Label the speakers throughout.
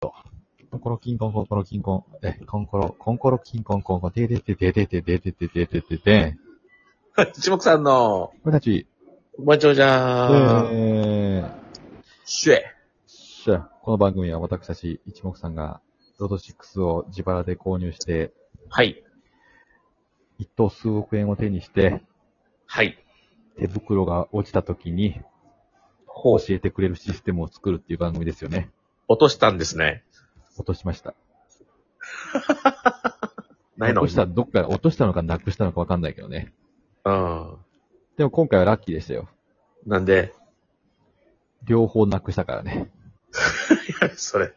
Speaker 1: と、ところきんこんこんころきんこん、え、こんころ、こんころきんこんこんこん、てーてーてーてーてーてーてーてーてーてーてーてー
Speaker 2: 一目さんの、
Speaker 1: 僕たち、
Speaker 2: 番長じ
Speaker 1: え
Speaker 2: ゃーん。
Speaker 1: ー、
Speaker 2: シュエ。
Speaker 1: しゃこの番組は私たち一目さんが、ロード6を自腹で購入して、
Speaker 2: はい。
Speaker 1: 一等数億円を手にして、
Speaker 2: はい。
Speaker 1: 手袋が落ちた時に
Speaker 2: ほ
Speaker 1: 教えてくれるシステムを作るっていう番組ですよね。
Speaker 2: 落としたんですね。
Speaker 1: 落としました。
Speaker 2: ないの
Speaker 1: 落とした、どっか、落としたのかなくしたのかわかんないけどね。
Speaker 2: うん。
Speaker 1: でも今回はラッキーでしたよ。
Speaker 2: なんで、
Speaker 1: 両方なくしたからね。
Speaker 2: いや それ。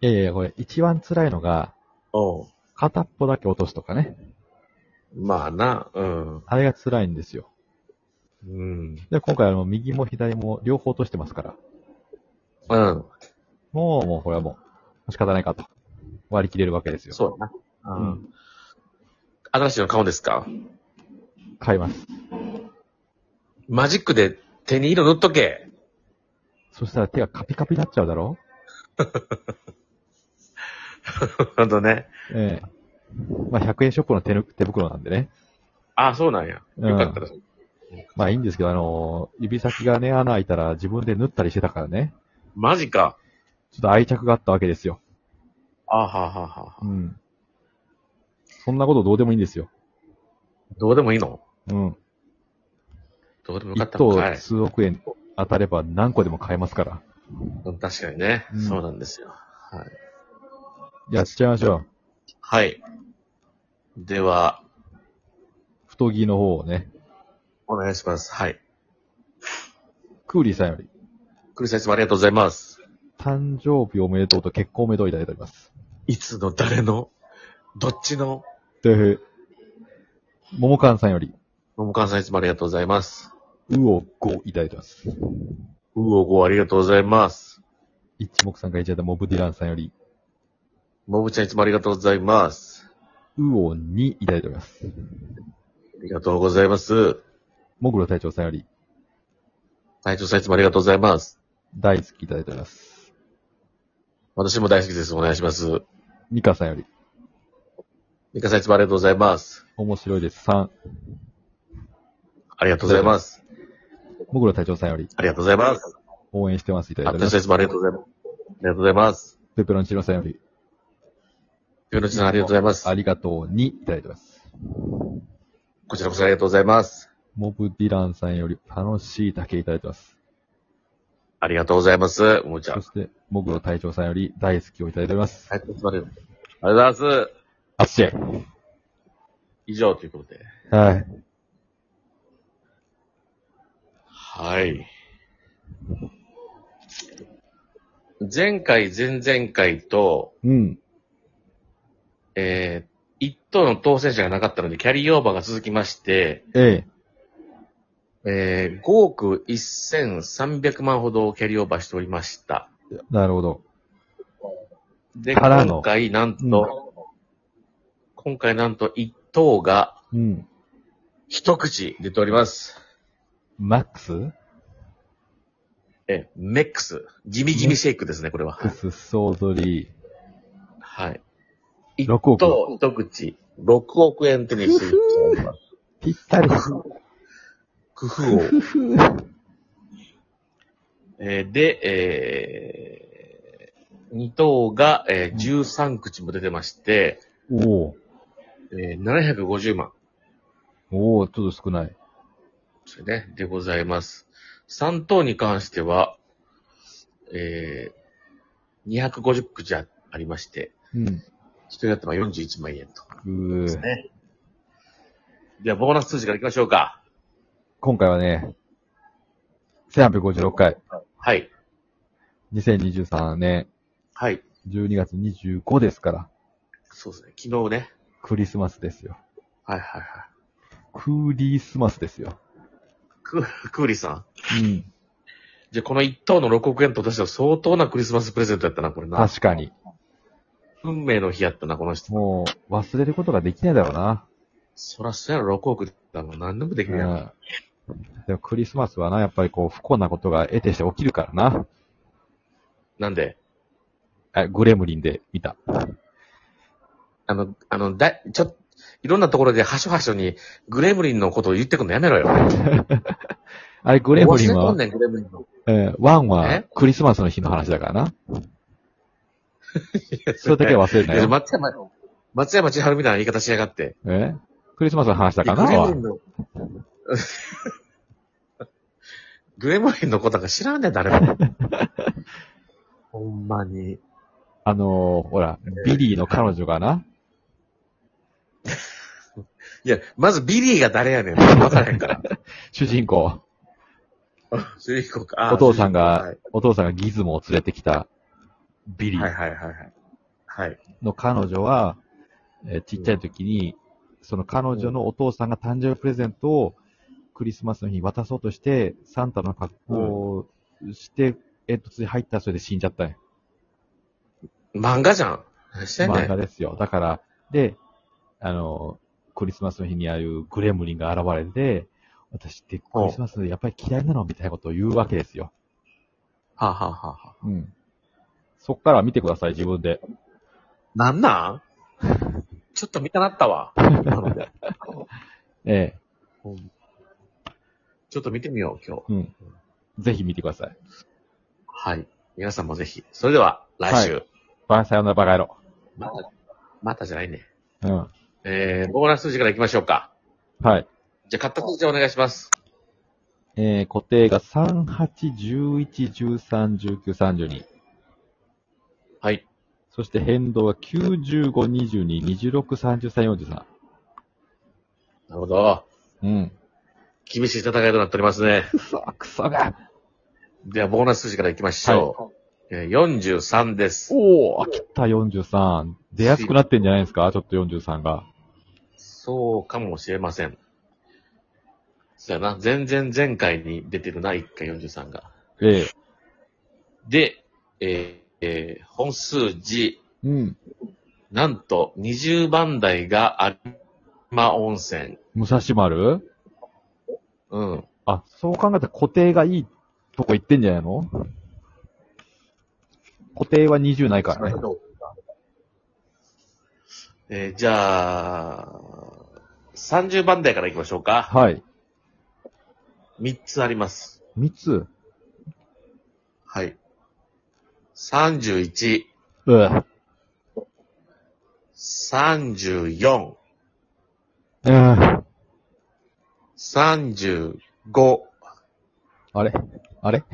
Speaker 1: いやいやいや、これ一番辛いのが、
Speaker 2: おう
Speaker 1: 片っぽだけ落とすとかね。
Speaker 2: まあな、うん。
Speaker 1: あれが辛いんですよ。
Speaker 2: うん。
Speaker 1: で、今回はもう右も左も両方落としてますから。
Speaker 2: うん。
Speaker 1: もう、もうこれはもう、仕方ないかと。割り切れるわけですよ。
Speaker 2: そうだな。
Speaker 1: う
Speaker 2: うん。新しいの買うんですか
Speaker 1: 買います。
Speaker 2: マジックで手に色塗っと け。
Speaker 1: そしたら手がカピカピになっちゃうだろ
Speaker 2: ほんとね。
Speaker 1: ええまあ、100円ショップの手ぬ手袋なんでね。
Speaker 2: あ、そうなんや。
Speaker 1: うん
Speaker 2: よかったです。
Speaker 1: まあいいんですけど、あのー指先がね、穴開いたら自分で縫ったりしてたからね。
Speaker 2: マジか。
Speaker 1: ちょっと愛着があったわけですよ。
Speaker 2: あはははは
Speaker 1: う。ん。そんなことどうでもいいんですよ。
Speaker 2: どうでもいいの
Speaker 1: うん。
Speaker 2: どうでもよか
Speaker 1: 一
Speaker 2: ったもんか
Speaker 1: 等
Speaker 2: い。
Speaker 1: 数億円当たれば何個でも買えますから。
Speaker 2: うん確かにね、
Speaker 1: うん
Speaker 2: そうなんですよ。はい。
Speaker 1: やっちゃいましょう。
Speaker 2: はい。では、
Speaker 1: 太着の方をね。
Speaker 2: お願いします。はい。
Speaker 1: クーリーさんより、
Speaker 2: クリスさんいつもありがとうございます。
Speaker 1: 誕生日おめでとうと結婚おめでとういただいております。
Speaker 2: いつの誰の、どっちの、
Speaker 1: で、ももかんさんより、
Speaker 2: ももかんさんいつもありがとうございます。
Speaker 1: うおごいただいてます。
Speaker 2: うおごありがとうございます。
Speaker 1: 一目さんがいただいたモブディランさんより、
Speaker 2: ももちゃんいつもありがとうございます。
Speaker 1: うおにいただいております。
Speaker 2: ありがとうございます。
Speaker 1: もぐろ隊長さんより、
Speaker 2: 隊長さんいつもありがとうございます。
Speaker 1: 大好きいただいております。
Speaker 2: 私も大好きです。お願いします。
Speaker 1: ミカさんより、
Speaker 2: ミカさんいつもありがとうございます。
Speaker 1: 面白いです。3、
Speaker 2: ありがとうございます。
Speaker 1: もぐろ隊長さんより、
Speaker 2: ありがとうございます。
Speaker 1: 応援してます。いただ
Speaker 2: あ
Speaker 1: いており
Speaker 2: っ
Speaker 1: ま
Speaker 2: たさん
Speaker 1: す。
Speaker 2: いつもありがとうございます。ありがとうございます。
Speaker 1: ペペロンチーノさんより、
Speaker 2: よろちさんありがとうございます
Speaker 1: あ。りがとうにいただいております。
Speaker 2: こちらこそありがとうございます。
Speaker 1: モブディランさんより、楽しいだけいただいてます。
Speaker 2: ありがとうございます。ももちゃん。
Speaker 1: そ
Speaker 2: はい
Speaker 1: して、もぐろ隊長さんより、大好きをいただいております。
Speaker 2: ありがとうございます。ありがとうございます。
Speaker 1: あっちへ
Speaker 2: 以上ということで。
Speaker 1: はい。
Speaker 2: はい。前回、前々回と、
Speaker 1: うん。
Speaker 2: えー、一等の当選者がなかったので、キャリーオーバーが続きまして、
Speaker 1: ええ。
Speaker 2: えー、5億1300万ほどキャリーオーバーしておりました。
Speaker 1: なるほど。
Speaker 2: で、
Speaker 1: からの
Speaker 2: 今回なんと、今回なんと一等が
Speaker 1: うん。
Speaker 2: 一口出ております。
Speaker 1: マックス
Speaker 2: え、メックス。ギミギミシェイクですね、これは。
Speaker 1: クス総取り。
Speaker 2: はい。一
Speaker 1: 6億
Speaker 2: 等一口、6億円手にしております。
Speaker 1: ぴったり。
Speaker 2: 工夫を。えーで、えー、2等が、えー、13口も出てまして、
Speaker 1: おお
Speaker 2: えー、750万
Speaker 1: おおちょっと少ない。
Speaker 2: ですね、でございます。3等に関しては、えー、250口あありまして、
Speaker 1: うん。
Speaker 2: 1人頭41万円と。
Speaker 1: う
Speaker 2: です
Speaker 1: ー
Speaker 2: ね。では、ボーナス数字からいきましょうか。
Speaker 1: 今回はね、1856回、
Speaker 2: はい。
Speaker 1: 2023年
Speaker 2: はい。
Speaker 1: 12月25ですから、
Speaker 2: そうですね。昨日ね。
Speaker 1: クリスマスですよ。
Speaker 2: はいはいはい。
Speaker 1: クリスマスですよ。
Speaker 2: ククーリーさん。
Speaker 1: うん。
Speaker 2: じゃあ、この1等の6億円と出したら相当なクリスマスプレゼントやったな、これな。
Speaker 1: 確かに。
Speaker 2: 運命の日やったな、この人。
Speaker 1: もう、忘れることができないだろうな。
Speaker 2: そらそやろ、6億だったらもう何でもでき
Speaker 1: う
Speaker 2: るやん。
Speaker 1: ん。でもクリスマスはな、やっぱりこう、不幸なことが得てして起きるからな。
Speaker 2: なんで
Speaker 1: あ、グレムリンで見た。
Speaker 2: あの、あの、だ、ちょ、いろんなところではしょはしょにグレムリンのことを言ってくんのやめろよ。
Speaker 1: あれ、グレムリン
Speaker 2: 忘れと
Speaker 1: は
Speaker 2: ん、ねん、グレムリンの。
Speaker 1: えーワンは
Speaker 2: え
Speaker 1: クリスマスの日の話だからな。それだけは忘れ
Speaker 2: い
Speaker 1: ない
Speaker 2: や
Speaker 1: よ。
Speaker 2: 松山、松山千春みたいな言い方しやがって。
Speaker 1: えクリスマスの話だ
Speaker 2: いや
Speaker 1: からな。ワ
Speaker 2: グレムリ
Speaker 1: ン
Speaker 2: ンの。グレムリンのことなんか知らんねん、誰 も。ほんまに。
Speaker 1: あのーほら、ビリーの彼女がな。
Speaker 2: いや、まずビリーが誰やねん。わからへん から。
Speaker 1: 主人公、
Speaker 2: それ行こうか。あ
Speaker 1: お父さん
Speaker 2: は
Speaker 1: が
Speaker 2: い、
Speaker 1: お父さんがギズモを連れてきたビリ
Speaker 2: はい
Speaker 1: ー
Speaker 2: はいはいはい。はい。
Speaker 1: の彼女は、えーちっちゃい時に、その彼女のお父さんが誕生日プレゼントをクリスマスの日に渡そうとして、サンタの格好をして、煙突に入ったらそれで死んじゃったんよ
Speaker 2: 漫画じゃん。何してんね
Speaker 1: 漫
Speaker 2: ん。
Speaker 1: 画ですよ。だから、で、あの、クリスマスの日にああいうグレムリンが現れて、私ってクリスマスやっぱり嫌いなのみたいなことを言うわけですよ。
Speaker 2: はあ、はあはあはあ、
Speaker 1: うん。そっから見てください、自分で。
Speaker 2: なんなんちょっと見たなったわ。なので
Speaker 1: え
Speaker 2: ちょっと見てみよう、今日。
Speaker 1: え。うん。ぜひ見てください。
Speaker 2: はい。皆さんもぜひ。それでは、来週。
Speaker 1: バさよならバカ野郎。
Speaker 2: また、またじゃないね。
Speaker 1: う
Speaker 2: えー、ボーナス数字から行きましょうか。
Speaker 1: ん。はい。
Speaker 2: じゃあ、買った数字お願いします。
Speaker 1: えー、固定が3、8、11、13、19、32。
Speaker 2: はい。
Speaker 1: そして変動が95、22、26、33、43。
Speaker 2: なるほど。
Speaker 1: うん。
Speaker 2: 厳しい戦いとなっておりますね。
Speaker 1: くそ、くそが。
Speaker 2: では、ボーナス数字から行きましょう。えー43です。
Speaker 1: おー、来た43。出やすくなってんじゃないですかちょっと43が。
Speaker 2: そうかもしれません。そうやな。全然前回に出てるな、1回43が。
Speaker 1: ええ。
Speaker 2: で、えーえー本数字、
Speaker 1: うん。
Speaker 2: なんと20番台が有馬温泉。
Speaker 1: 武蔵丸
Speaker 2: うん。
Speaker 1: あ、そう考えたら固定がいいとこ行ってんじゃないの固定は20ないからね。
Speaker 2: えーじゃあ、30番台から行きましょうか。
Speaker 1: はい。
Speaker 2: 3つあります。
Speaker 1: 3つ。
Speaker 2: はい。31、
Speaker 1: うん。
Speaker 2: 34、
Speaker 1: うん。
Speaker 2: 35、
Speaker 1: あれあれ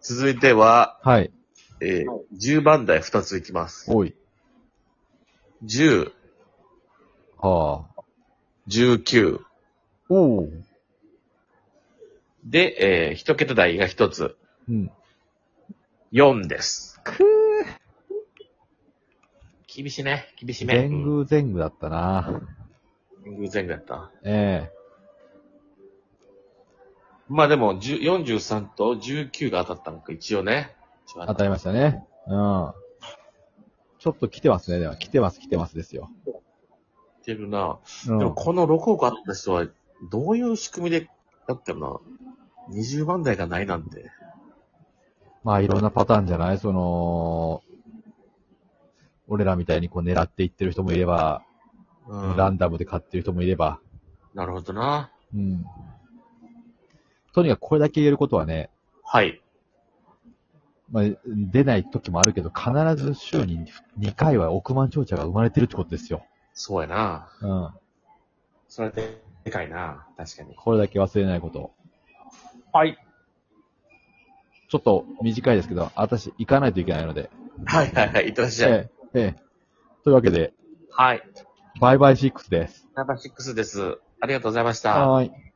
Speaker 2: 続いては、
Speaker 1: はい。
Speaker 2: えー10番台2ついきます。
Speaker 1: おい。
Speaker 2: 10、
Speaker 1: はあ。
Speaker 2: 19。
Speaker 1: おお。
Speaker 2: で、えー、1桁台が1つ。
Speaker 1: うん。
Speaker 2: 4です。
Speaker 1: く
Speaker 2: 厳しいね。厳し
Speaker 1: ー。
Speaker 2: め。
Speaker 1: 前宮前宮だったな。
Speaker 2: うん前前後やった。
Speaker 1: ええ
Speaker 2: まあでも、10 43と19が当たったのか、一応ね。一応
Speaker 1: 当たりましたね。うん。ちょっと来てますね。では、来てます、来てますですよ。
Speaker 2: ってるな。
Speaker 1: う
Speaker 2: でも
Speaker 1: ん。
Speaker 2: この6億当たった人は、どういう仕組みでやってるな。20番台がないなんて。
Speaker 1: まあ、いろんなパターンじゃないその、俺らみたいにこう狙っていってる人もいれば、
Speaker 2: うん。
Speaker 1: ラ
Speaker 2: な
Speaker 1: ンダムで買ってる人もいれば、
Speaker 2: るほどな。
Speaker 1: うん。とにかくこれだけ言えることはね、
Speaker 2: はい。
Speaker 1: まあ、出ない時もあるけど、必ず週に2回は億万長者が生まれてるってことですよ。
Speaker 2: そうやな。
Speaker 1: うん。
Speaker 2: それで、でかいな。確かに。
Speaker 1: これだけ忘れないこと。
Speaker 2: はい。
Speaker 1: ちょっと短いですけど、私行かないといけないので。
Speaker 2: はいはいはい。いってらっしゃい。
Speaker 1: ええ、ええ。というわけで、
Speaker 2: はい。
Speaker 1: バイバイシックスです。
Speaker 2: ナンバー6です。ありがとうございました。
Speaker 1: はーい。